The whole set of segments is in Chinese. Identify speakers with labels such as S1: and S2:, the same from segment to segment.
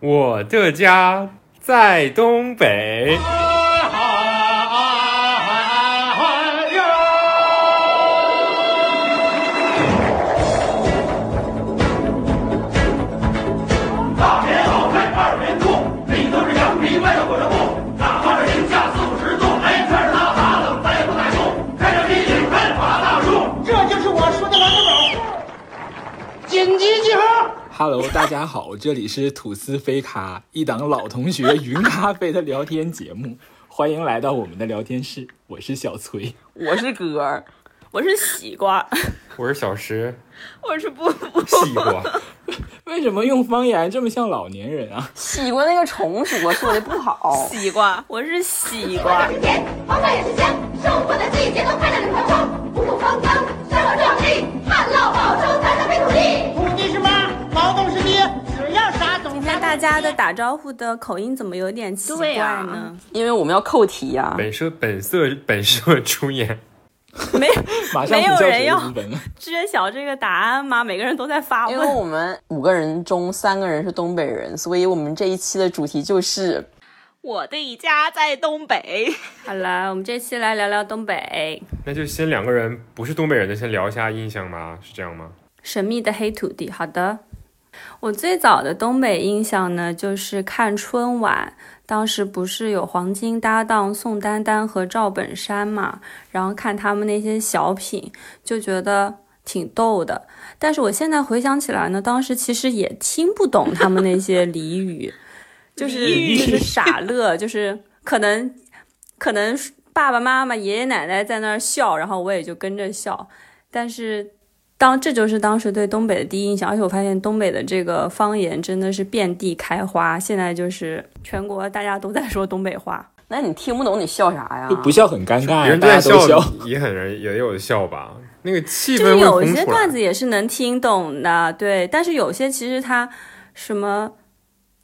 S1: 我的家在东北。
S2: 大棉袄配二棉裤，里头是羊皮，外头裹着布，哪怕是零下四五十度，哎，穿上它哈冷，咱也不打怵，开着啤酒看法大树。
S3: 这就是我说的王德宝。紧急集合！
S4: Hello，大家好， 这里是吐司飞咖，一档老同学云咖啡的聊天节目，欢迎来到我们的聊天室，我是小崔。
S5: 我是哥儿， 我是西瓜，
S1: 我是小石，
S5: 我是布布。，
S1: 西瓜，
S4: 为什么用方言这么像老年人啊？
S6: 洗过那个虫说说的不好
S5: 西瓜，我是西瓜。
S7: 是甜，黄瓜也是香，生活的季节都快乐的狂冲，五谷丰登，生活壮丽，旱涝保收，咱的配土地。
S3: 土地是妈，劳动是爹，只要啥总
S5: 今
S3: 啥
S5: 天。大家的打招呼的口音怎么有点奇怪
S6: 对呀
S5: 呢？
S6: 因为我们要扣题呀、
S1: 本社本色本社出演，
S5: 没
S4: 马上
S5: 没
S4: 不
S5: 有
S4: 叫
S5: 人
S4: 谁
S5: 要啊
S4: 资本了，
S5: 知晓这个答案吗？每个人都在发
S6: 因为
S5: 问。
S6: 我们五个人中三个人是东北人，所以我们这一期的主题就是
S5: 我的家在东北。好了，我们这期来聊聊东北
S1: 那就先两个人不是东北人的先聊一下印象吧，是这样吗？
S5: 神秘的黑土地。好的，我最早的东北印象呢，就是看春晚。当时不是有黄金搭档宋丹丹和赵本山嘛，然后看他们那些小品，就觉得挺逗的。但是我现在回想起来呢，当时其实也听不懂他们那些俚语， 就是就是傻乐，就是可能可能爸爸妈妈、爷爷奶奶在那儿笑，然后我也就跟着笑。但是当这就是当时对东北的第一印象，而且我发现东北的这个方言真的是遍地开花，现在就是全国大家都在说东北话。
S6: 那你听不懂你笑啥呀
S4: 就？不笑很尴尬
S1: 别
S4: 呀，
S1: 人
S4: 哎
S1: 在
S4: 大家都
S1: 笑
S4: 笑。
S1: 也很人也有笑吧，那个气
S5: 就是
S1: 氛会烘
S5: 有一些
S1: 出
S5: 段
S1: 来。
S5: 子也是能听懂的，对，但是有些其实他什么。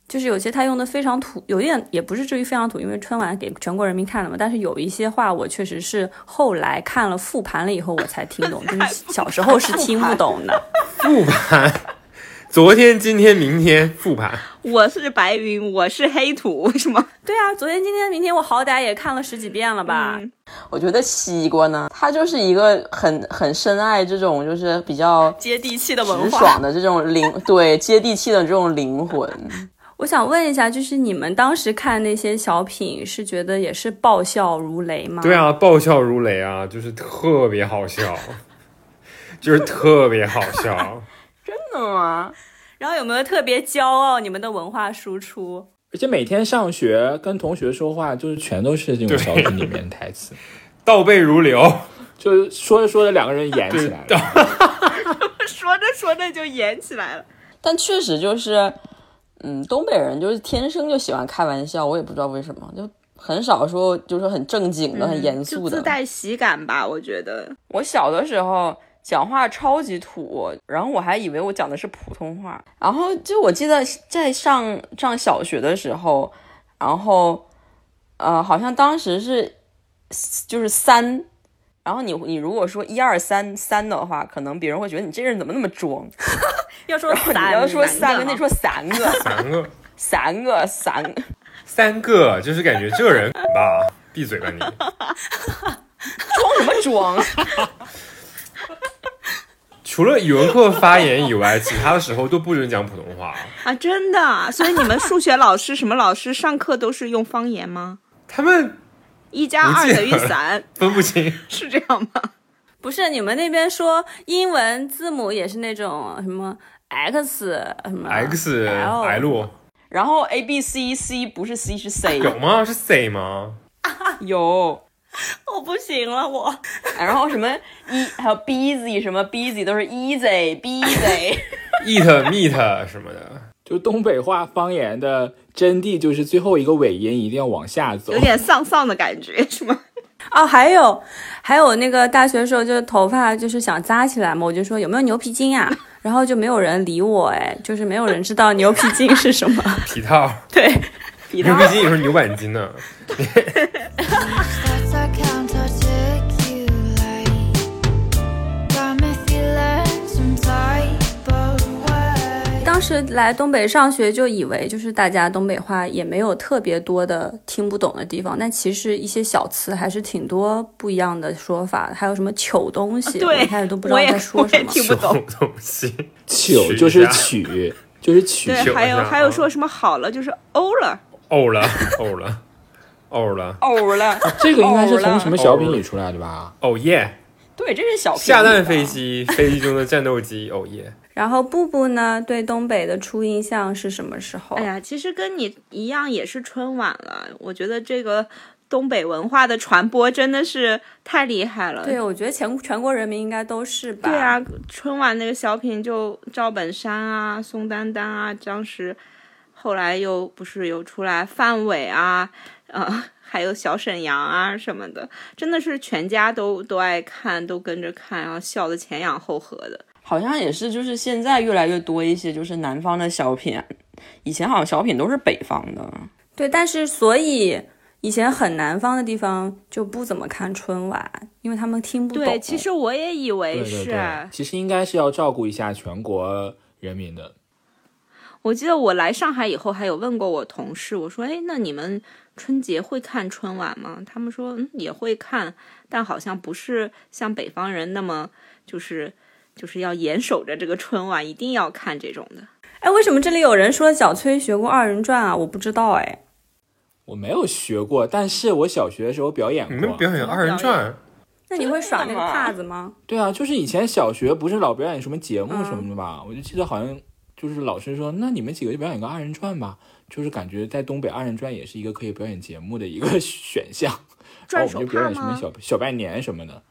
S5: 就是有些他用的非常土，有一点也不是至于非常土，因为春晚给全国人民看了嘛。但是有一些话，我确实是后来看了复盘了以后我才听懂，就是小时候是听不懂的。
S1: 复盘， 昨天、今天、明天复盘，
S8: 我是白云，我是黑土， 是吗？
S5: 对啊，昨天、今天、明天，我好歹也看了十几遍了吧？
S8: 嗯
S6: 我觉得西瓜呢，他就是一个很很深爱这种就是比较
S5: 接地气的
S6: 直爽。的这种灵，对接地气的这种灵魂。
S5: 我想问一下，就是你们当时看那些小品，是觉得也是爆笑如雷吗？
S1: 对，啊，爆笑如雷啊，就是特别好笑，就是特别好笑。
S6: 真的吗？
S5: 然后有没有特别骄傲你们的文化输出？
S4: 而且每天上学跟同学说话，就是全都是这种小品里面的台词，
S1: 倒背如流，
S4: 就是说着说着两个人演起来
S1: 对
S4: 了。
S8: 说着说着就演起来了。
S6: 但确实就是，嗯，东北人就是天生就喜欢开玩笑，我也不知道为什么，就很少说就是很正经的、很严肃
S8: 嗯就
S6: 的
S8: 自。带喜感吧，我觉得。
S6: 我小的时候讲话超级土，然后我还以为我讲的是普通话，然后就我记得在上上小学的时候，然后呃，好像当时是就是三。然后你你如果说一二三三的话，可能别人会觉得你这人怎么那么装。
S5: 要说
S6: 你
S5: 三，
S6: 要说三个，
S5: 你
S6: 那说三个，
S1: 三个，
S6: 三个三个，
S1: 三个，就是感觉这人吧， 闭嘴吧你。
S6: 装什么装？
S1: 除了语文课发言以外，其他的时候都不准讲普通话。
S8: 啊，真的啊、所以你们数学老师、什么老师上课都是用方 言吗？
S1: 他们
S8: 一加
S1: 不
S8: 二
S1: 记得
S8: 等于三，
S1: 分不清，
S8: 是这样吗？
S5: 不是你们那边说英文字母也是那种什么 X 什么
S1: X
S5: 啊 L
S1: L
S6: 然后 A B C C 不是 C 是 C，啊
S1: 有吗？是 C 吗？
S6: 有，
S5: 我不行了，我
S6: 然后什么 E 还有 busy 什么 busy 都是 E easy busy，
S1: eat meat E 什么的，
S4: 就东北话方言的真谛，就是最后一个尾音一定要往下走
S8: 有。点丧丧的感觉，是 吗？
S5: 哦，还有还有那个大学时候就是头发就是想扎起来嘛，我就说有没有牛皮筋啊， 然后就没有人理我，哎，就是没有人知道牛皮筋是什么。
S1: 皮套、
S5: 对，
S1: 牛皮筋，有时候牛板筋呢。
S9: Thoughts are countersecular. Got me feeling some type of way.
S5: 当时来东北上学就以为就是大家东北话也没有特别多的听不懂的地方，但其实一些小词还是挺多不一样的说法，还有什么糗东西，
S8: 对
S5: 我一开始都不知道
S8: 我也
S5: 在说什
S8: 我
S5: 么
S8: 也。听不懂
S1: 什么东西，
S4: 糗
S1: 取
S4: 就是
S1: 一下
S4: 取，就是取。
S1: 糗
S8: 对，还有
S1: 是吧
S8: 还有说什么好了，就是欧了，
S1: 哦了哦了哦了
S6: 偶了，
S4: 这个应该是从什么小品
S1: 偶
S4: 里
S1: 尔
S4: 出来的吧？
S1: 哦耶！
S6: 对，这是小屁
S1: 下蛋
S6: 股
S1: 飞机，飞机中的战斗机，哦耶！
S5: 然后布布呢，对东北的初印象是什么时候？
S8: 哎呀，其实跟你一样也是春晚了。我觉得这个东北文化的传播真的是太厉害
S6: 啊
S8: 了。
S5: 对，我觉得全全国人民应该都是吧。
S8: 对，啊，春晚那个小品就赵本山啊、宋丹丹啊、张石，后来又不是有出来范伟啊，呃，还有小沈阳啊什么的，真的是全家都都爱看，都跟着看，然后笑得前仰后合的。
S6: 好像也是，就是现在越来越多一些就是南方的小品，以前好像小品都是北方的。
S5: 对，但是所以以前很南方的地方就不怎么看春晚，因为他们听不懂。
S8: 对，其实我也以为
S4: 对对
S8: 哎是。啊
S4: 对，其实应该是要照顾一下全国人民的。
S8: 我记得我来上海以后，还有问过我同事，我说：“哎，那你们春节会看春晚吗？”他们说：“嗯，也会看，但好像不是像北方人那么就是就是要严守着这个春晚，一定要看这种的。
S5: 哎，为什么这里有人说小崔学过二人转啊？我不知道哎。
S4: 我没有学过，但是我小学的时候表演
S1: 你
S4: 过
S1: 们。表演二人转，
S5: 那你会耍那个
S6: 真的吗
S5: 帕子吗？
S4: 对啊，就是以前小学不是老表演什么节
S8: 嗯
S4: 目什么的吧？我就记得好像就是老师说，那你们几个就表演个二人转吧。就是感觉在东北二人转也是一个可以表演节目的一个 选项。然后
S8: 转
S4: 我
S8: 手
S4: 们就表
S8: 帕
S4: 演什么
S8: 吗？
S4: 小小拜年什么的，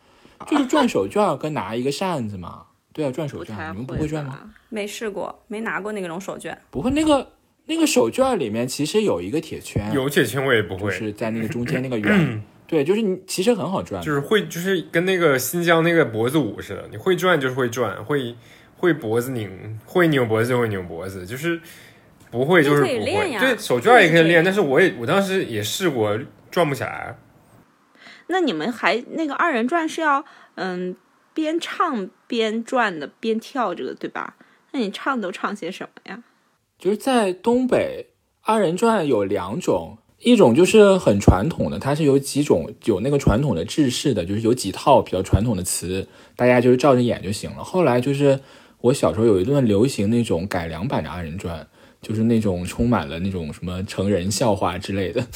S4: 就是转手绢跟拿一个扇子嘛。对啊，转手
S8: 不
S4: 绢，
S8: 太
S4: 你们不会转吗？
S8: 吧？
S5: 没试过，没拿过那种手绢。
S4: 不会，那个那个手绢里面其实有一个铁圈，
S1: 有铁圈我也不
S4: 就
S1: 会，
S4: 是在那个中间那个圆。对，就是你其实很好转的，
S1: 就是会，就是跟那个新疆那个脖子舞似的，你会转就是会转，会会脖子拧，会扭脖子就会扭脖子，就是不会就是不
S5: 都可以
S1: 会。
S5: 练呀
S1: 对手绢也可以
S5: 可以
S1: 练，
S5: 练
S1: 但是我也我当时也试过，转不起来。
S8: 那你们还那个二人转是要嗯边唱边转的，边跳这个对吧？那你唱都唱些什么呀？
S4: 就是在东北，二人转有两种，一种就是很传统的，它是有几种有那个传统的制式的，就是有几套比较传统的词，大家就是照着演就行了。后来就是我小时候有一段流行那种改良版的二人转，就是那种充满了那种什么成人笑话之类的。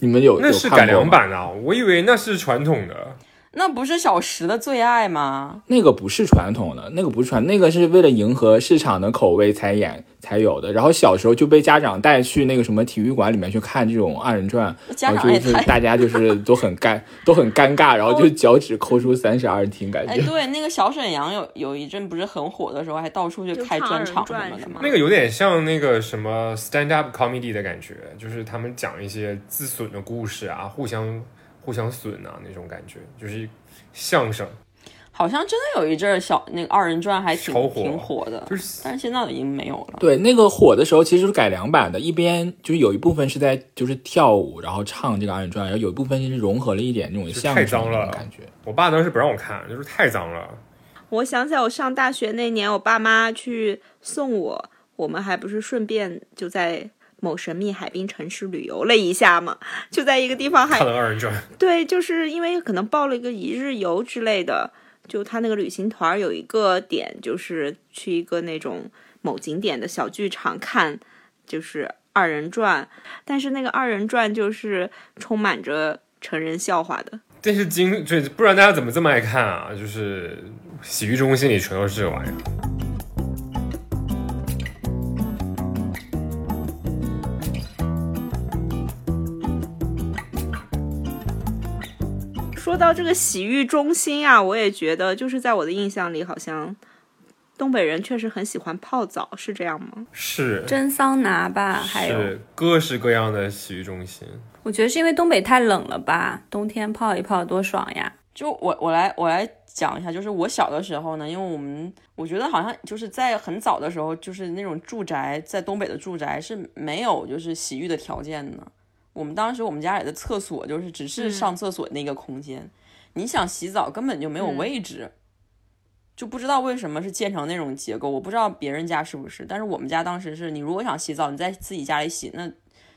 S4: 你们有
S1: 那
S4: 有
S1: 是
S4: 看过
S1: 改良
S4: 吗
S1: 版的啊，我以为那是传统
S5: 啊
S1: 的。
S6: 那不是小石的最爱吗？
S4: 那个不是传统的，那个不是传，那个是为了迎合市场的口味才演才有的。然后小时候就被家长带去那个什么体育馆里面去看这种二人转，
S6: 家
S4: 然
S6: 长
S4: 后哦就是
S6: 也太
S4: 大家就是都很尴 都很尴尬，然后
S8: 哦
S4: 就脚趾抠出三室二厅，感
S6: 哎，
S4: 觉。
S6: 对，那个小沈阳有有一阵不是很火的时候，还到处去开专场什么的嘛。
S1: 那个有点像那个什么 stand up comedy 的感觉，就是他们讲一些自损的故事啊，互相互相损啊那种感觉，就是相声，
S6: 好像真的有一阵儿小那个二人转还挺
S1: 超火
S6: 挺火的，
S1: 就是
S6: 但是现在已经没有了。
S4: 对，那个火的时候其实是改良版的，一边就是有一部分是在就是跳舞，然后唱这个二人转，然后有一部分是融合了一点那种
S1: 就是
S4: 相
S1: 太
S4: 声
S1: 脏
S4: 的那
S1: 了
S4: 种感觉。
S1: 我爸当时不让我看，就是太脏了。
S8: 我想起来，我上大学那年，我爸妈去送我，我们还不是顺便就在某神秘海滨城市旅游了一下嘛？就在一个地方
S1: 看
S8: 还
S1: 了二人转，
S8: 对，就是因为可能报了一个一日游之类的，就他那个旅行团儿有一个点就是去一个那种某景点的小剧场看，就是二人转，但是那个二人转就是充满着成人笑话的。
S1: 但是经这不然大家怎么这么爱看啊？就是洗浴中心里全都是这玩意儿。
S8: 说到这个洗浴中心啊，我也觉得，就是在我的印象里，好像东北人确实很喜欢泡澡，是这样吗？
S1: 是
S5: 蒸桑拿吧，还有，
S1: 是各式各样的洗浴中心，
S5: 我觉得是因为东北太冷了吧，冬天泡一泡多爽呀。
S6: 就我我来我来讲一下，就是我小的时候呢，因为我们我觉得好像就是在很早的时候，就是那种住宅在东北的住宅是没有就是洗浴的条件的。我们当时我们家里的厕所就是只是上厕所那个空间，你想洗澡根本就没有位置，就不知道为什么是建成那种结构，我不知道别人家是不是，但是我们家当时是你如果想洗澡，你在自己家里洗，那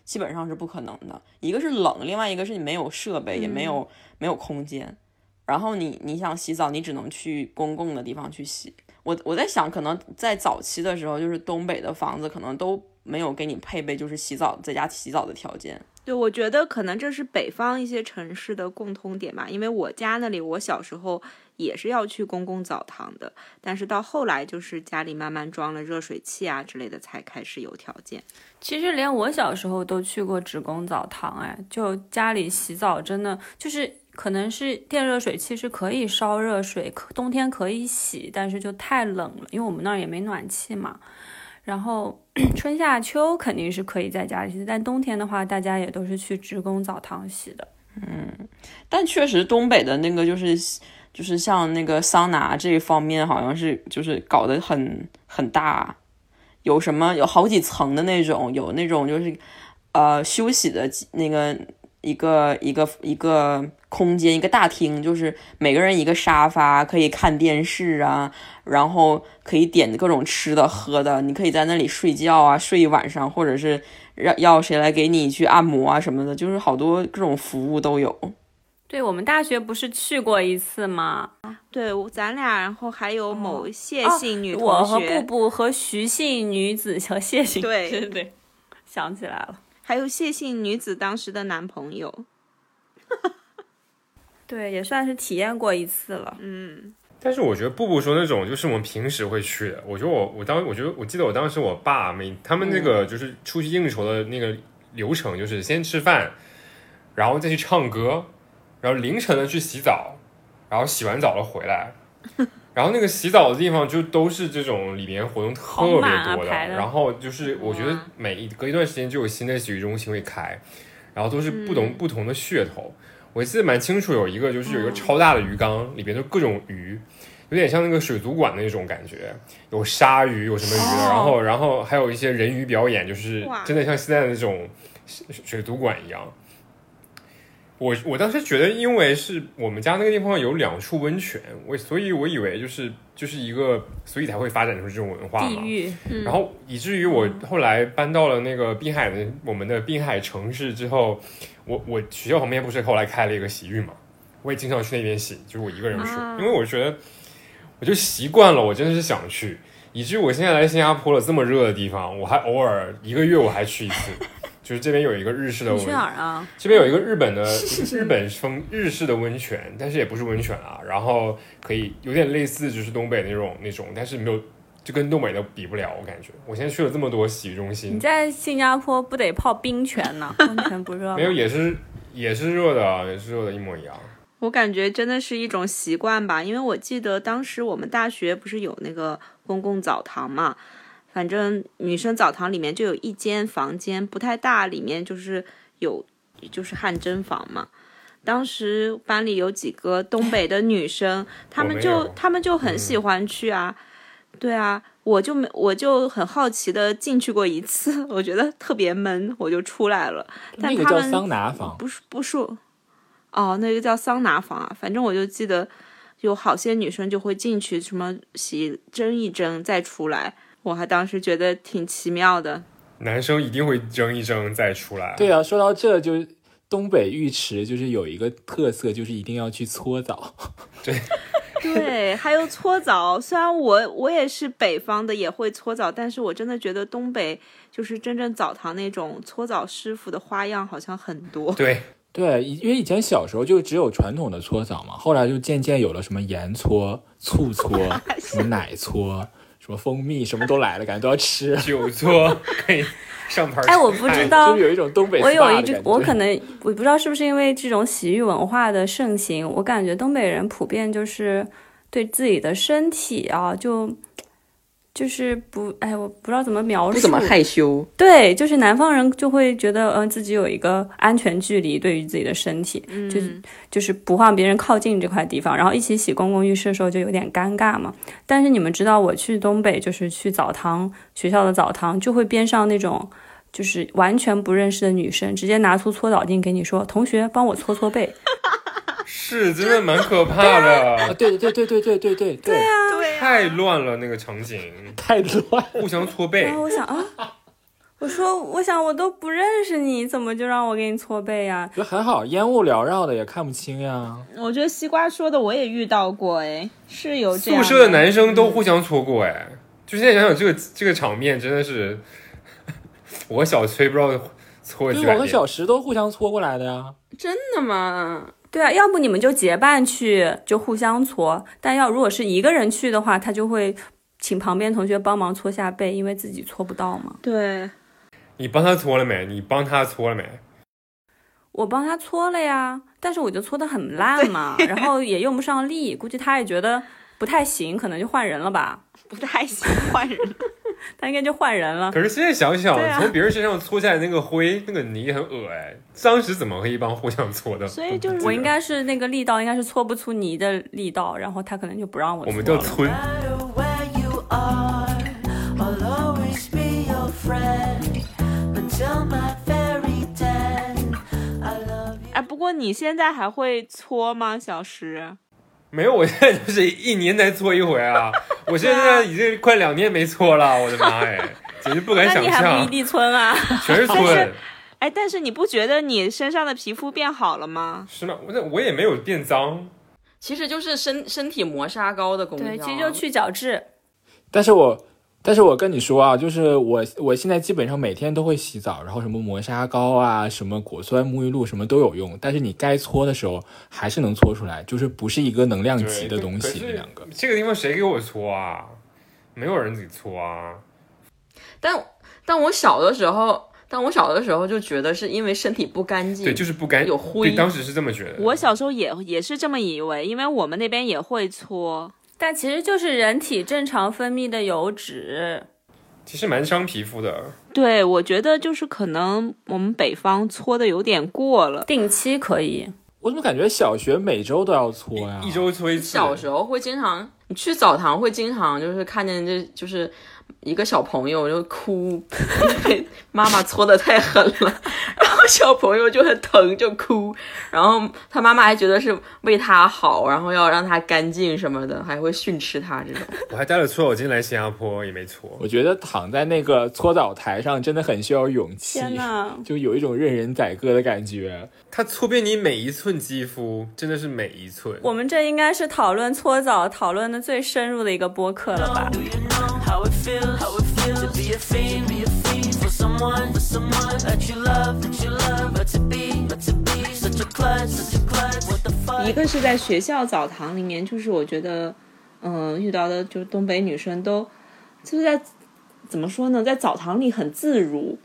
S6: 基本上是不可能的。一个是冷，另外一个是你没有设备，也没有没有空间。然后你你想洗澡，你只能去公共的地方去洗。我我在想，可能在早期的时候，就是东北的房子可能都没有给你配备，就是洗澡在家洗澡的条件。
S8: 对，我觉得可能这是北方一些城市的共通点吧，因为我家那里，我小时候也是要去公共澡堂的，但是到后来就是家里慢慢装了热水器啊之类的，才开始有条件。
S5: 其实连我小时候都去过职工澡堂，哎，就家里洗澡真的就是可能是电热水器是可以烧热水，可冬天可以洗，但是就太冷了，因为我们那儿也没暖气嘛。然后 春夏秋肯定是可以在家里洗，但冬天的话，大家也都是去职工澡堂洗的。
S6: 但确实，东北的那个就是就是像那个桑拿这一方面，好像是就是搞得很很大，有什么有好几层的那种，有那种就是呃休息的几那个一个一个一个空间，一个大厅，就是每个人一个沙发，可以看电视啊，然后可以点各种吃的喝的，你可以在那里睡觉啊，睡一晚上，或者是让要谁来给你去按摩啊什么的，就是好多各种服务都有。
S5: 对我们大学不是去过一次吗？
S8: 对，我咱俩，然后还有某谢姓女同学，
S5: 哦我和布布和徐姓女子和谢姓，
S8: 对
S5: 对对，想起来了，
S8: 还有谢姓女子当时的男朋友，
S5: 对，也算是体验过一次了。
S8: 嗯，
S1: 但是我觉得布布说那种就是我们平时会去的，我觉得我我当我觉得我记得我当时我爸每他们那
S5: 嗯
S1: 个就是出去应酬的那个流程，就是先吃饭，然后再去唱歌，然后凌晨的去洗澡，然后洗完澡了回 来，然后那个洗澡的地方就都是这种里面活动特别
S5: 好
S1: 多
S5: 满啊
S1: 的，
S5: 排的
S1: 然后就是我觉得每一隔一段时间就有新的洗浴中心会开，然后都是不
S5: 嗯
S1: 同、不同的噱头。我记得蛮清楚，有一个就是有一个超大的鱼缸，里边就各种鱼，有点像那个水族馆那种感觉，有鲨鱼，有什么鱼的，然后然后还有一些人鱼表演，就是
S8: 哇
S1: 真的像现在的那种水水族馆一样。我我当时觉得，因为是我们家那个地方有两处温泉，我所以我以为就是就是一个，所以才会发展出这种文化嘛。
S5: 地狱，
S1: 然后以至于我后来搬到了那个滨海的我们的滨海城市之后，我我学校旁边不是后来开了一个洗浴嘛，我也经常去那边洗，就是我一个人去，
S5: 啊
S1: 因为我觉得我就习惯了，我真的是想去，以至于我现在来新加坡了这么热的地方，我还偶尔一个月我还去一次，就是这边有一个日式的
S5: 你
S1: 文
S5: 去哪儿啊？
S1: 这边有一个日本的日本风日式的温泉，但是也不是温泉啊，然后可以有点类似就是东北那种那种，但是没有就跟东北的比不了，我感觉。我现在去了这么多洗浴中
S5: 你
S1: 心，
S5: 在新加坡不得泡冰泉呢？温泉不热吗
S1: 没有也是也是热的啊，也是热的，一模一样。
S8: 我感觉真的是一种习惯吧，因为我记得当时我们大学不是有那个公共澡堂嘛，反正女生澡堂里面就有一间房间不太大，里面就是有就是汗蒸房嘛。当时班里有几个东北的女生，她们
S1: 我没
S8: 就
S1: 有嗯
S8: 她们就很喜欢去啊，对啊，我就没我就很好奇的进去过一次，我觉得特别闷，我就出来了。但
S4: 那个
S8: 他
S4: 叫
S8: 们
S4: 桑拿房，
S8: 不是不是，哦，那个叫桑拿房啊，反正我就记得有好些女生就会进去什么洗蒸一蒸再出来，我还当时觉得挺奇 妙的。
S1: 男生一定会蒸一蒸再出来。
S4: 对啊，说到这就东北浴池就是有一个特色，就是一定要去搓澡。
S8: 对，还有搓澡，虽然我我也是北方的，也会搓澡，但是我真的觉得东北就是真正澡堂那种搓澡师傅的花样好像很多。
S1: 对，
S4: 对，以因为以前小时候就只有传统的搓澡嘛，后来就渐渐有了什么盐搓、醋 搓、什么奶搓、什么蜂蜜，什么都来了，感觉都要 吃。
S1: 久坐可以上盘。
S5: 哎，我不知。道
S4: 就是，有一种东北
S5: 我
S4: SPA
S5: 有
S4: 的
S5: 一只
S4: 感，觉
S5: 我可能我不知道是不是因为这种洗浴文化的盛行，我感觉东北人普遍就是对自己的身体啊，就就是不，哎，我不知道怎么描述，
S6: 不怎么害羞，
S5: 对，就是南方人就会觉得，嗯、自己有一个安全距离对于自己的身体，就是就是不让别人靠近这块地方，然后一起洗公共浴室的时候就有点尴尬嘛。但是你们知道，我去东北就是去澡堂，学校的澡堂就会边上那种。就是完全不认识的女生，直接拿出搓澡巾给你说：“同学，帮我搓搓背。
S1: 是真的蛮可怕的。
S4: 啊，对对对对对对对对，
S8: 对呀
S1: 太乱了，那个场景
S4: 太乱。
S1: 互相搓背
S5: 然，后我想啊，我说我想我都不认识你，怎么就让我给你搓背呀、
S4: 就还好，烟雾缭绕的也看不清呀。
S8: 我觉得西瓜说的我也遇到过，哎，是有这样
S1: 宿舍的男生都互相搓过，哎，就现在想想这个这个场面真的是， 我和小崔不知道搓了几，
S4: 对我
S1: 百
S4: 和
S1: 遍。
S4: 小石都互相搓过来的呀。
S6: 真的吗？
S5: 对啊，要不你们就结伴去，就互相搓。但要如果是一个人去的话，他就会请旁边同学帮忙搓下背，因为自己搓不到嘛。
S8: 对，
S1: 你帮他搓了没？你帮他搓了没？
S5: 啊我帮他搓了呀，但是我就搓得很烂嘛， 然后也用不上力，估计他也觉得不太行，可能就换人了吧。
S8: 不太喜欢人。
S5: 他应该就换人了。
S1: 可是现在想想，
S5: 对啊
S1: 从别人身上搓下来那个灰、那个泥很恶哎，当时怎么和一帮互相搓的？
S8: 所以就是
S1: 不记得
S5: 我应该是那个力道，应该是搓不出泥的力道，然后他可能就不让我
S1: 我
S5: 搓
S1: 们叫
S5: 了
S1: 村，
S9: matter where you are, I'll always be your friend. Until my very end, I love you.
S8: 哎，不过你现在还会搓吗，小石？
S1: 没有，我现在就是一年才搓一回 啊！我现在已经快两年没搓了，我的妈哎，简直不敢
S5: 那
S1: 想
S5: 你还不异
S1: 象，
S5: 地村啊？
S1: 全是
S8: 但
S1: 村，
S8: 哎，但是你不觉得你身上的皮肤变好了吗？
S1: 是吗？我那我也没有变脏，
S6: 其实就是身身体磨砂膏的功效。啊
S5: 对，其实就去角质。
S4: 但是我，但是我跟你说啊，就是我，我现在基本上每天都会洗澡，然后什么磨砂膏啊，什么果酸沐浴露，什么都有用。但是你该搓的时候还是能搓出来，就是不是一个能量
S1: 对
S4: 级的东西。
S1: 可
S4: 这
S1: 是
S4: 两个，
S1: 这个地方谁给我搓啊？没有人自己搓啊，
S6: 但但我小的时候，但我小的时候就觉得是因为身体不干净，
S1: 对，就是不干
S6: 有灰
S1: 对，当时是这么觉得。
S8: 我小时候也也是这么以为，因为我们那边也会搓。
S5: 但其实就是人体正常分泌的油脂，
S1: 其实蛮伤皮肤的，
S8: 对，我觉得就是可能我们北方搓的有点过了。
S5: 定期可以。
S4: 我怎么感觉小学每周都要搓呀？
S1: 一周搓一次。
S6: 小时候会经常，你去澡堂会经常就是看见这就是一个小朋友就哭， 因为妈妈搓的太狠了，然后小朋友就很疼就哭，然后他妈妈还觉得是为他好，然后要让他干净什么的，还会训斥他这种。
S1: 我还带了搓手巾来新加坡，也没搓。
S4: 我觉得躺在那个搓澡台上真的很需要勇气，
S5: 天哪！
S4: 就有一种任人宰割的感觉。
S1: 它搓遍你每一寸肌肤，真的是每一寸。
S5: 我们这应该是讨论搓澡讨论的最深入的一个播客了吧？
S1: 嗯
S9: Do you know how it feels? How it feels to be a fiend, be a fiend for someone, for someone that you love, that you love, but to be, but to be such a klutz, such a klutz. What the fuck?
S8: 一个是在学校澡堂里面，就是我觉得，嗯、遇到的就是东北女生都就是在怎么说呢，在澡堂里很自如，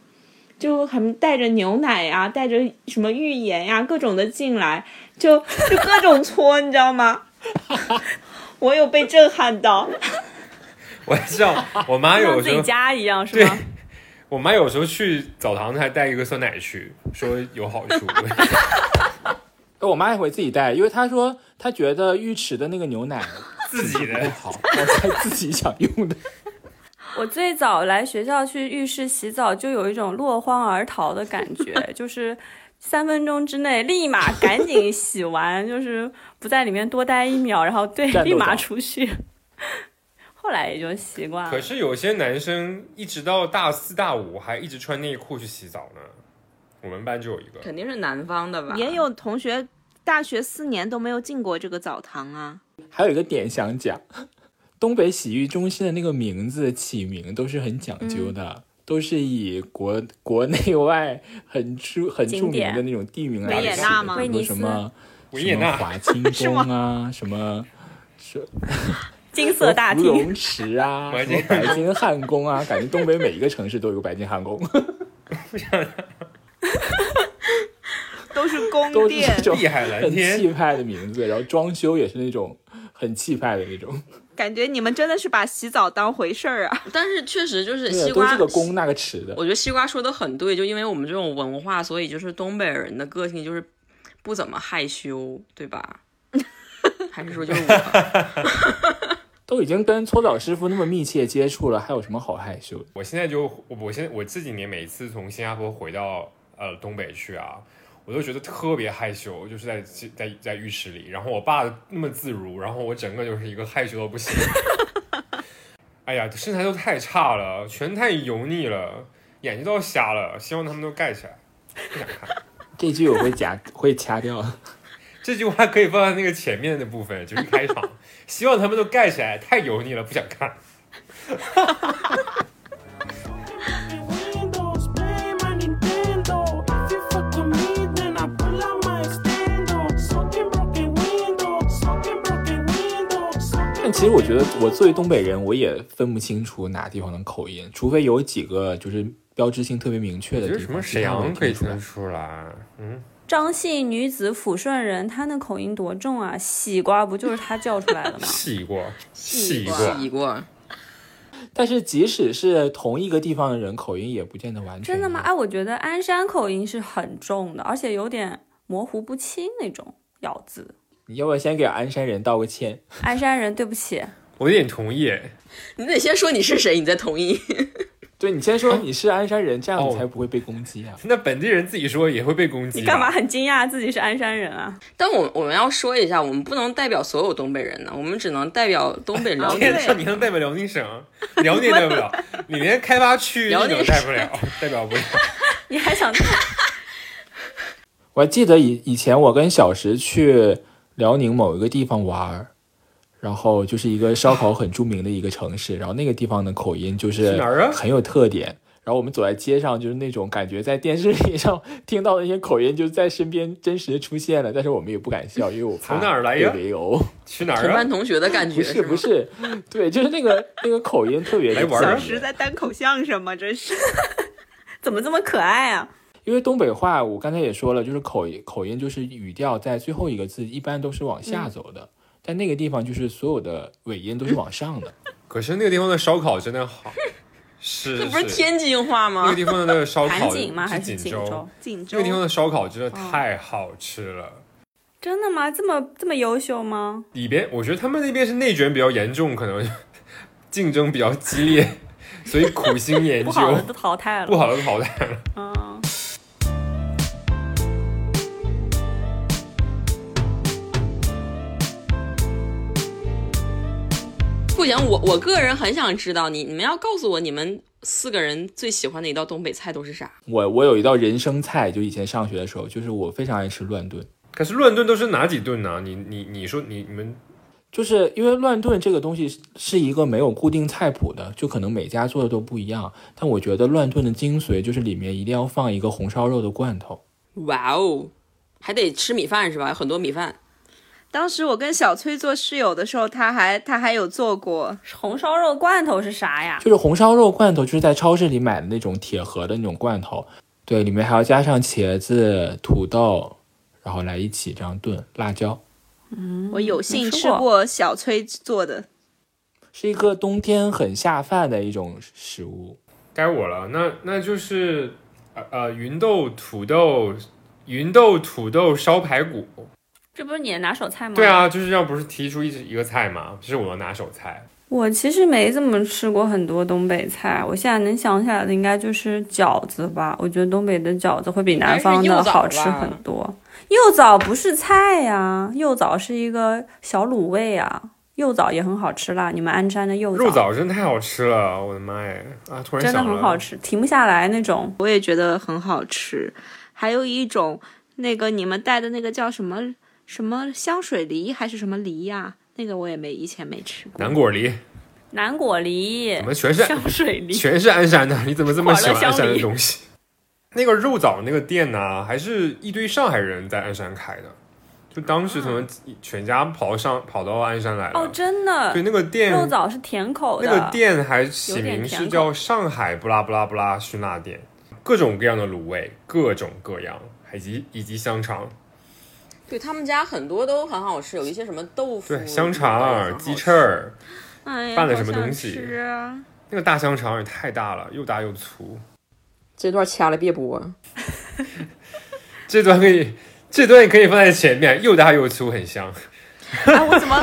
S8: 就很带着牛奶呀、带着什么浴盐呀、各种的进来，就就各种搓，你知道吗？ 我有被震撼到，
S1: 我还知道，我 妈
S5: 像
S1: 有
S5: 自
S1: 时
S5: 己
S1: 候，
S5: 家一样是
S1: 对
S5: 吗？
S1: 我妈有时候去澡堂还带一个酸奶去，说有好 处。
S4: 哎我妈也会自己带，因为她说她觉得浴池的那个牛奶
S1: 自己
S4: 不
S1: 的，
S4: 好，她自己想用的。
S5: 我最早来学校去浴室洗澡，就有一种落荒而逃的感觉， 就是三分钟之内立马赶紧洗完，就是不在里面多待一秒，然后对，
S4: 战斗
S5: 立马
S4: 澡
S5: 出去。后来也就习惯
S1: 可
S5: 了。
S1: 是有些男生一直到大四大五还一直穿内裤去洗澡呢。我们班就有一个，
S6: 肯定是南方的吧？
S8: 也有同学大学四年都没有进过这个澡堂啊。
S4: 还有一个点想讲， 东北洗浴中心的那个名字起名都是很讲究的，都是以国国内外很著很著
S5: 景
S4: 名
S5: 点
S4: 的那种地名来
S8: 维也
S4: 起
S8: 纳
S4: 的
S8: 吗
S4: 比如
S5: 威尼
S4: 说什
S5: 斯
S4: 么
S1: 维也纳
S4: 什么华清宫啊， 什么什
S5: 金色大
S4: 芙
S5: 厅，
S4: 蓉池啊，
S1: 白
S4: 什么
S1: 金
S4: 白金汉宫啊，感觉东北每一个城市都有个白金汉宫，
S8: 都是宫
S4: 都是
S8: 殿
S4: 这，种
S1: 碧海蓝
S4: 很
S1: 天
S4: 气派的名字，然后装修也是那种很气派的那种，
S8: 感觉你们真的是把洗澡当回事儿啊！
S6: 但是确实就是
S4: 对
S6: 西
S4: 啊，都
S6: 瓜
S4: 是个宫那个池的。
S6: 我觉得西瓜说的很对，就因为我们这种文化，所以就是东北人的个性就是不怎么害羞，对吧？ 还是说就是我？
S4: 都已经跟搓澡师傅那么密切接触了，还有什么好害羞的？
S1: 我现在就我我现在我这几年每一次从新加坡回到呃东北去啊，我都觉得特别害羞，就是在在在浴池里，然后我爸那么自如，然后我整个就是一个害羞到不行。 哎呀，身材都太差了，全太油腻了，眼睛都要瞎了。希望他们都盖起来，不想看。
S4: 这句我会夹， 会掐掉。
S1: 这句话可以放在那个前面的部分，就是开场。 希望他们都盖起来，太油腻了，不想看。
S4: 但其实我觉得，我作为东北人，我也分不清楚哪地方的口音，除非有几个就是标志性特别明确
S1: 我
S4: 的
S1: 觉
S4: 地
S1: 得
S4: 方。
S1: 什么沈
S4: 其他我
S1: 阳
S4: 也
S1: 可以
S4: 听
S1: 听
S4: 不
S1: 得
S4: 出来
S1: 出来，嗯，
S5: 张姓女子抚顺人，她那口音多重啊！西瓜不就是她叫出来的吗？
S1: 洗过，洗
S8: 过
S1: 过，
S6: 洗过，
S4: 但是即使是同一个地方的人，口音也不见得完全
S5: 真的吗？
S4: 一样
S5: 哎，我觉得鞍山口音是很重的，而且有点模糊不清那种咬字。
S4: 你要不要先给鞍山人道个歉？
S5: 鞍山人，对不起，
S1: 我有点同意。
S6: 你得先说你是谁，你再同意。
S4: 对你先说你是鞍山人，这样你
S1: 啊哦
S4: 才不会被攻击啊。
S1: 那本地人自己说也会被攻击。啊
S5: 你 干嘛？很惊讶自己是鞍山人啊？
S6: 但我我们要说一下，我们不能代表所有东北人呢，我们只能代表东北、辽宁
S1: 天哪，你能代表辽宁省？辽宁代不了，你连开发区你
S6: 辽宁
S1: 都代不了，代表不了。
S5: 你还 想
S4: 我还记得以以前我跟小石去辽宁某一个地方玩儿，然后就是一个烧烤很著名的一个城市，然后那个地方的口音就是
S1: 是哪儿啊
S4: 很有特点。然后我们走在街上，就是那种感觉在电视里上听到的那些口音，就在身边真实地出现了，但是我们也不敢笑，因为我怕
S1: 从哪儿来呀
S4: 被围殴。
S1: 去哪
S6: 同
S1: 儿啊
S6: 班？同学的感觉
S4: 不是
S6: 吗
S4: 不是， 对，就是那个那个口音特别
S1: 来玩儿啊
S8: 小石在单口相声吗？真是
S5: 怎么这么可爱啊？
S4: 因为东北话，我刚才也说了，就是口音口音就是语调在最后一个字一般都是往下走的，但那个地方就是所有的尾音都是往上的。
S1: 可是那个地方的烧烤真的好，是
S6: 这不是天津话
S1: 那
S6: 吗
S1: 个？地方的烧
S5: 韩
S1: 烤
S5: 景吗？还是
S1: 锦
S5: 锦州？？
S8: 锦
S1: 那
S8: 州
S1: 个地方的烧烤真的太好吃了。
S5: 真的吗？这么这么优秀吗？
S1: 里边我觉得他们那边是内卷比较严重，可能 竞争比较激烈， 所以苦心研
S5: 不
S1: 究，
S5: 好的都淘汰
S1: 不
S5: 了。
S1: 好的淘汰了。
S5: 嗯，
S6: 不行，我我个人很想知道你，你们要告诉我你们四个人最喜欢的一道东北菜都是啥？
S4: 我我有一道人生菜，就以前上学的时候，就是我非常爱吃乱炖，
S1: 可是乱炖都是哪几炖呢、你你你说你你们
S4: 就是因为乱炖这个东西是是一个没有固定菜谱的，就可能每家做的都不一样。但我觉得乱炖的精髓就是里面一定要放一个红烧肉的罐头。
S6: 哇哦，还得吃米饭是吧？很多米饭。
S8: 当时我跟小崔做室友的时候，他还他还有做过，
S5: 红烧肉罐头是啥
S1: 嗯
S5: 呀？
S4: 就是红烧肉罐头，就是在超市里买的那种铁盒的那种罐头，对，里面还要加上茄子、土豆，然后来一起这样炖，辣椒。
S8: 我有幸
S5: 吃
S8: 吃
S5: 过
S8: 过小崔做的。
S4: 是一个冬天很下饭的一种食物，
S1: 该我了，那那就是呃呃芸豆土豆芸豆土豆烧排骨。
S5: 嗯这不是你的拿手菜吗？
S1: 对，啊，就是要不是提出一一个菜嘛，这是我的拿手菜。
S5: 我其实没怎么吃过很多东北菜，我现在能想起来的应该就是饺子吧。我觉得东北的饺子会比南方的好吃很多。柚枣不是菜呀、柚枣是一个小卤味啊，柚枣也很好吃啦。你们鞍山的柚
S1: 肉枣真的太好吃了，我的妈呀！啊，突然
S5: 真
S1: 想
S5: 的
S1: 了，
S5: 很好吃，停不下来那种。
S8: 我也觉得很好吃。还有一种那个你们带的那个叫什么什么香水梨还是什么梨呀、那个我也没以前没吃过。
S1: 南果梨，
S5: 南果梨
S1: 怎、么全是
S5: 香水梨，
S1: 全是鞍山的？你 怎么这么喜欢鞍
S5: 快
S1: 山
S5: 乐乡
S1: 的
S5: 里
S1: 东西？那个肉枣那个店呢、还是一堆上海人在鞍山开的，就当时可能全家跑到上跑到鞍山来了。
S5: 啊哦，真的
S1: 对，，那个店
S5: 肉枣是甜口的。
S1: 那个店还起
S5: 有点
S1: 名
S5: 甜
S1: 是
S5: 口
S1: 叫上海布拉布拉布拉熏腊店，各种各样的卤味，各种各样，以及以及香肠，
S6: 对他们家很多都很好吃，有一些什么豆腐、
S1: 对，香
S6: 什么的也
S1: 肠、
S6: 很
S1: 啊
S6: 好吃
S1: 鸡翅。儿，
S8: 哎呀，
S1: 拌了什么东西
S8: 好想吃啊！
S1: 那个大香肠也太大了，又大又粗。
S6: 这段掐了别播。
S1: 这段可以，这段可以放在前面，又大又粗，很香。
S8: 哎，我怎么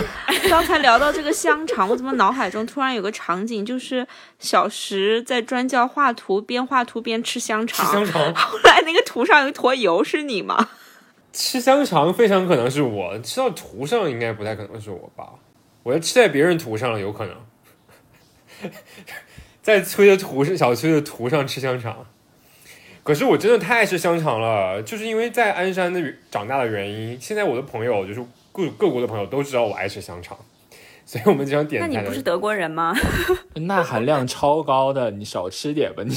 S8: 刚才聊到这个香肠，我怎么脑海中突然有个场景，就是小石在专教画图，边画图边吃香
S1: 吃
S8: 肠。
S1: 香肠，
S8: 后 来那个图上有一坨油，是你吗？
S1: 吃香肠非常可能是我，吃到图上应该不太可能是我吧？我要吃在别人图上了，有可能。 在崔的图是小崔的图上吃香肠。可是我真的太爱吃香肠了，就是因为在鞍山的长大的原因，现在我的朋友就是各各国的朋友都知道我爱吃香肠，所以我们经常点
S5: 那
S1: 菜
S5: 你
S1: 的。
S5: 不是德国人吗？
S4: 钠含量超高的，你少吃点吧，你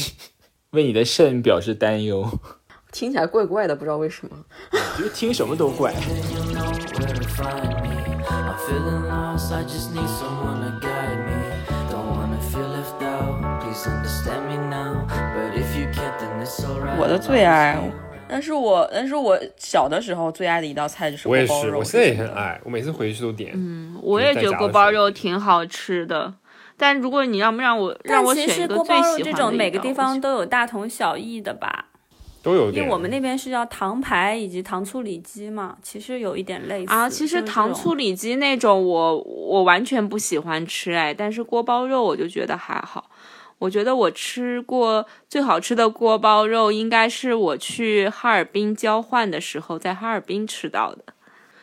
S4: 为你的肾表示担忧。
S6: 听起来怪怪的，不知道为什么。
S4: 就是听什么都怪。
S9: you know where to find me. I'm feeling lost, I just need someone to guide me. Don't wanna feel left out, please understand me now. But if you can't, then it's alright.
S6: 我的最爱，但是我但是我小的时候最爱的一道菜就是
S1: 我也
S6: 锅包
S1: 是，
S6: 肉
S1: 我现在也很爱，我每次回去都点。
S8: 我
S1: 就是
S8: 也
S1: 在
S8: 觉得
S1: 家
S8: 锅
S1: 的
S8: 包
S1: 时候
S8: 肉挺好吃的，但如果你让让我让
S5: 但
S8: 我
S5: 其
S8: 选
S5: 实
S8: 一个
S5: 锅包
S8: 最
S5: 肉
S8: 喜
S5: 这
S8: 欢
S5: 种
S8: 的
S5: 每
S8: 一
S5: 个地
S8: 我
S5: 方
S8: 喜
S5: 都有大同小异的吧，
S1: 都有
S5: 因
S1: 点。
S5: 为我们那边是叫糖排以及糖醋里脊嘛，其实有一点类似
S8: 啊，其
S5: 就
S8: 实
S5: 是这
S8: 糖
S5: 种
S8: 醋里脊那种我我完全不喜欢吃哎，但是锅包肉我就觉得还好。我觉得我吃过最好吃的锅包肉，应该是我去哈尔滨交换的时候在哈尔滨吃到的，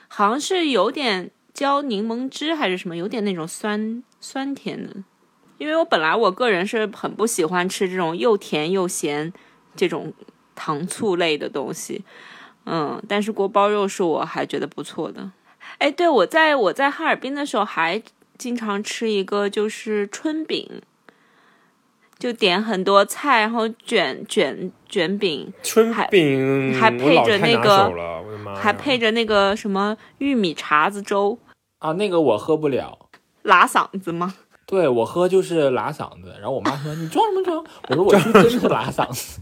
S8: 好像是有点浇柠檬汁还是什么，有点那种酸酸甜的。因为我本来我个人是很不喜欢吃这种又甜又咸这种糖醋类的东西，嗯，但是锅包肉是我还觉得不错的。哎，对，我在我在哈尔滨的时候还经常吃一个就是春饼，就点很多菜，然后卷卷卷饼，
S1: 春饼
S8: 还还配
S1: 我老
S8: 着
S1: 太
S8: 那
S1: 拿
S8: 个
S1: 手了，我的哎妈呀！
S8: 还配着那个什么玉米碴子粥，
S4: 啊，那个我喝不了，
S8: 拉嗓子吗？
S4: 对我喝就是拉嗓子。然后我妈说：“你装什么装？”我说：“我是真的拉嗓子。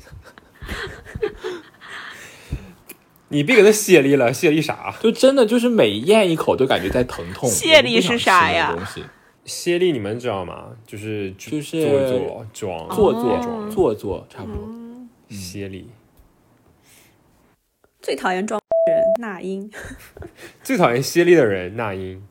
S1: 你别给他泄力了，泄力啥”？啊
S4: 就真的就是每咽一口都感觉在疼 痛。
S8: 泻力是啥呀
S4: 我就不想吃那个
S1: 泄力你们知道吗？就是
S4: 就是哦
S1: 做做装
S4: 东西做
S1: 装
S5: 哦
S4: 做做做，差不多。
S1: 泄力。
S5: 最讨厌装人那英，
S1: 最讨厌泄力的人，那英。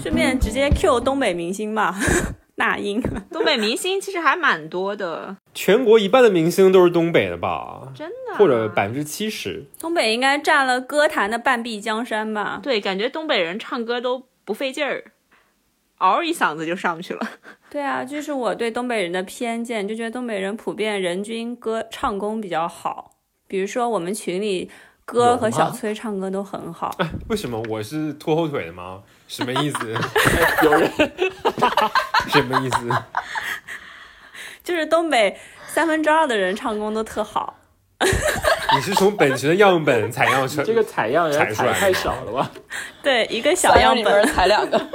S5: 顺便直接 Q 东北明星吧， 那英。
S8: 东北明星其实还蛮多的，
S1: 全国一半的明星都是东北的吧？
S8: 真的啊、
S1: 或者百分之七十。
S5: 东北应该占了歌坛的半壁江山吧？
S8: 对，感觉东北人唱歌都不费劲儿，嗷一嗓子就上去了。
S5: 对啊，这是我对东北人的偏见，就觉得东北人普遍人均歌唱功比较好。比如说我们群里
S4: 有
S5: 歌
S4: 吗
S5: 和小崔唱歌都很好，
S1: 为什么我是拖后腿的吗？什么意 思？
S4: 有人
S1: 什么意思？
S5: 就是东北三分之二的人唱功都特好。
S1: 你是从本群的样本采样成？
S4: 这个采样人
S1: 采出来
S4: 采太少了吧？
S5: 对，一个小样
S6: 里面
S5: 本。
S6: 采两个。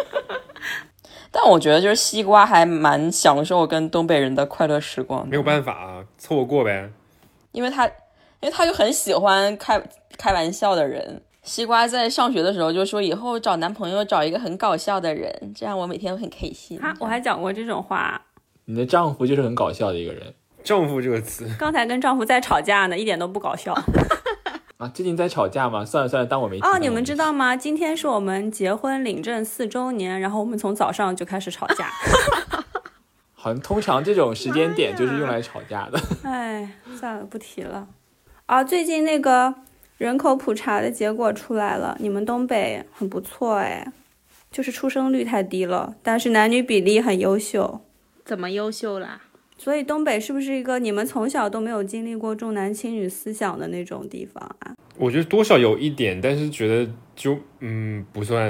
S6: 但我觉得就是西瓜还蛮享受跟东北人的快乐时光的，
S1: 没有办法啊，凑合过呗。
S6: 因为他，因为他就很喜欢开开玩笑的人。西瓜在上学的时候就说，以后找男朋友找一个很搞笑的人，这样我每天会很开心。
S5: 啊，我还讲过这种话，
S4: 你的丈夫就是很搞笑的一个人
S1: 丈夫这个词，
S5: 刚才跟丈夫在吵架呢，一点都不搞 笑。
S4: 啊！最近在吵架吗？算了算了，当我没听
S5: 哦，
S4: 到
S5: 你们知道吗？今天是我们结婚领证四周年，然后我们从早上就开始吵架。
S4: 好像通常这种时间点就是用来吵架的。
S5: 哎，算了，不提了。啊，最近那个人口普查的结果出来了，你们东北很不错哎，就是出生率太低了，但是男女比例很优秀。
S8: 怎么优秀啦？
S5: 所以东北是不是一个你们从小都没有经历过重男轻女思想的那种地方啊？
S1: 我觉得多少有一点，但是觉得就嗯不算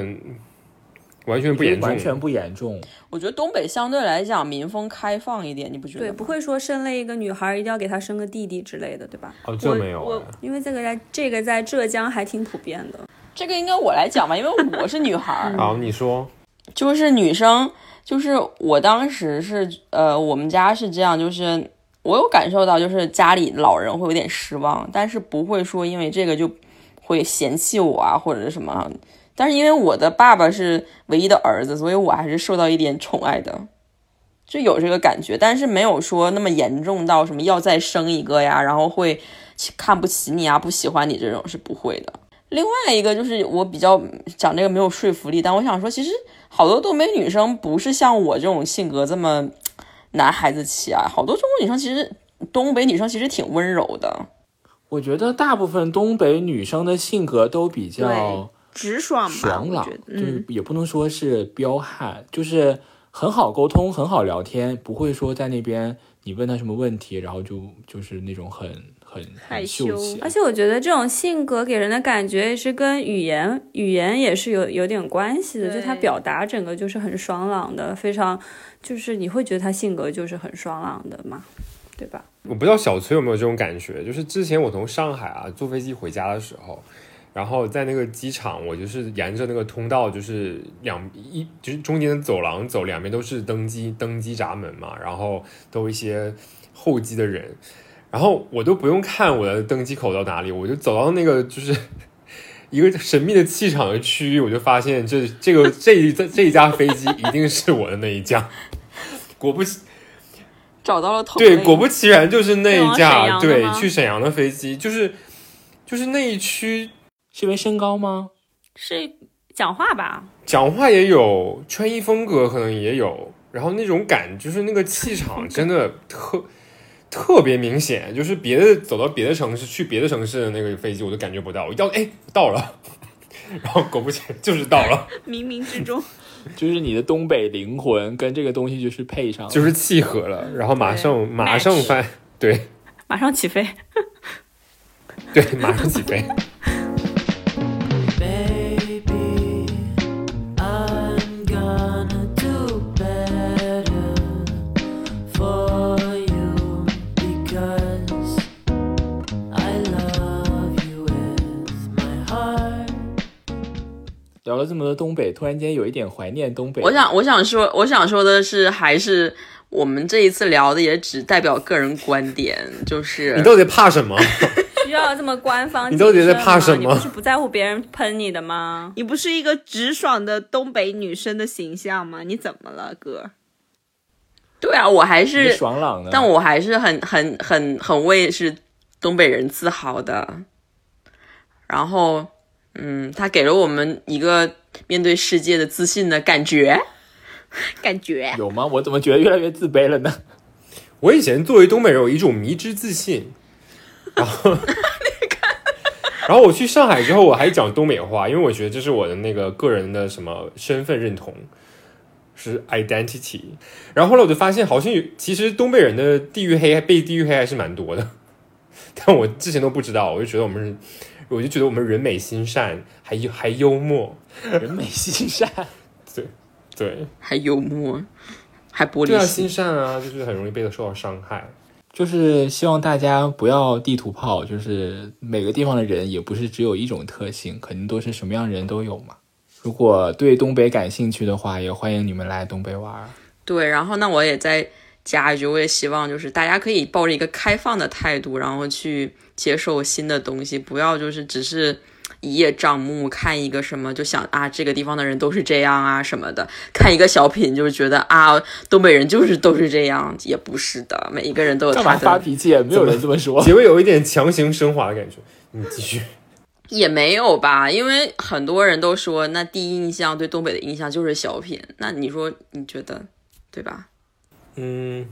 S1: 完全不严重，
S4: 完全不严重。
S6: 我觉得东北相对来讲民风开放一点，你不觉得
S5: 对，
S6: 吗？
S5: 不会说生了一个女孩一定要给她生个弟弟之类的，对吧？
S1: 哦，这没有、啊。
S5: 因为这个在这个在浙江还挺普遍的。
S6: 这个应该我来讲吧，因为我是女 孩儿。
S1: 好，你说
S6: 就是女生，就是我当时是呃，我们家是这样，就是我有感受到，就是家里老人会有点失望，但是不会说因为这个就会嫌弃我啊或者是什么啊。但是因为我的爸爸是唯一的儿子，所以我还是受到一点宠爱的，就有这个感觉，但是没有说那么严重到什么要再生一个呀，然后会看不起你啊、不喜欢你这种是不会的。另外一个就是我比较讲这个没有说服力，但我想说，其实好多东北女生不是像我这种性格这么男孩子气啊，好多中国女生其实东北女生其实挺温柔的，
S4: 我觉得大部分东北女生的性格都比
S8: 对
S4: 较
S8: 直爽吧，
S4: 爽
S8: 我
S4: 朗
S8: 觉得，，
S4: 就
S8: 嗯
S4: 是，也不能说是彪悍，就是很好沟通，很好聊天，不会说在那边你问他什么问题，然后就就是那种很很
S8: 害
S4: 很
S8: 羞
S4: 秀气
S5: 而。且我觉得这种性格给人的感觉也是跟语言语言也是有有点关系的，
S8: 对
S5: 就他表达整个就是很爽朗的，非常就是你会觉得他性格就是很爽朗的嘛，对吧？
S1: 我不知道小崔有没有这种感觉，就是之前我从上海啊坐飞机回家的时候，然后在那个机场，我就是沿着那个通道，就是两一就是中间的走廊走，两边都是登机登机闸门嘛，然后都有一些候机的人，然后我都不用看我的登机口到哪里，我就走到那个就是一个神秘的气场的区域，我就发现这这个这一这这一架飞机一定是我的那一架，果不其
S6: 找到了同
S1: 对，
S6: 类
S1: 果不其然就是那一
S8: 是
S1: 架，
S8: 往沈阳的
S1: 对
S8: 吗，
S1: 去沈阳的飞机，就是就是那一区，
S4: 是因为身高吗？
S5: 是讲话吧？
S1: 讲话也有，穿衣风格可能也有，然后那种感就是那个 气场真的特特别明显，就是别的走到别的城市去别的城市的那个飞机我都感觉不到，我要哎到了， 然后果不其然就是到了，
S8: 冥冥之中，
S4: 就是你的东北灵魂跟这个东西就是配上了，
S8: 哦
S1: 就是契合了，然后马上马上翻，对
S5: 马上起飞。
S1: 对，马上起 飞。
S9: Baby, I'm gonna do better for you because I love you with my heart.
S4: 聊了这么多东北，突然间有一点怀念东北。
S6: 我想，我想说，我想说的是，还是我们这一次聊的也只代表个人观点，就是
S1: 你到底怕什么？
S5: 需要这么官方
S1: 你到底在
S5: 谨慎吗
S1: 怕什么
S5: 你不是不在乎别人喷你的吗？
S8: 你不是一个直爽的东北女生的形象吗？你怎么了，哥？
S6: 对啊，我还
S4: 你
S6: 是，
S4: 爽朗的，
S6: 但我还是很很很很为是东北人自豪的。然后，嗯，他给了我们一个面对世界的自信的感觉。
S8: 感觉
S4: 有吗？我怎么觉得越来越自卑了呢？
S1: 我以前作为东北人，有一种迷之自信，然后，然后我去上海之后，我还讲东北话，因为我觉得这是我的那个个人的什么身份认同，是 identity。然后后来我就发现，好像有其实东北人的地域黑被地域黑还是蛮多的， 但我之前都不知道，我就觉得我们是，我就觉得我们人美心善，还幽还幽默，
S4: 人美心善，
S1: 对，
S6: 还幽默，还玻
S1: 对
S6: 璃
S1: 啊，
S6: 心。
S1: 心善啊，就是很容易被受到伤害。
S4: 就是希望大家不要地图炮，就是每个地方的人也不是只有一种特性，肯定都是什么样的人都有嘛。如果对东北感兴趣的话，也欢迎你们来东北玩儿。
S6: 对，然后那我也再加一句，我也希望就是大家可以抱着一个开放的态度，然后去接受新的东西，不要就是只是一叶障目，看一个什么就想啊这个地方的人都是这样啊什么的，看一个小品就是觉得啊东北人就是都是这样，也不是的，每一个人都有
S4: 干嘛
S6: 他
S4: 发
S6: 的，
S4: 脾气？啊没有人这么说。
S1: 结尾有一点强行升华的感觉，你继续。
S6: 也没有吧，因为很多人都说那第一印象对东北的印象就是小品，那你说你觉得对吧？
S1: 嗯，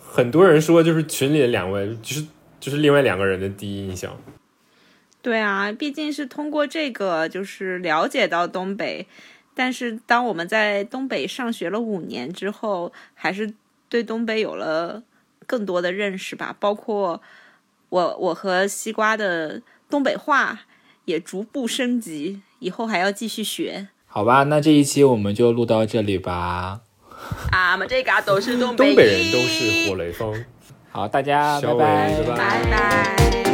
S1: 很多人说就是群里的两位，就是就是另外两个人的第一印象。
S8: 对啊，毕竟是通过这个就是了解到东北，但是当我们在东北上学了五年之后，还是对东北有了更多的认识吧。包括我，我和西瓜的东北话也逐步升级，以后还要继续学。
S4: 好吧，那这一期我们就录到这里吧。
S6: 俺们这嘎都是东
S1: 东北人
S6: 人
S1: 都是火雷锋。
S4: 好，大家
S1: 小
S4: 拜
S1: 伟
S4: 拜
S1: 拜拜
S8: 拜拜。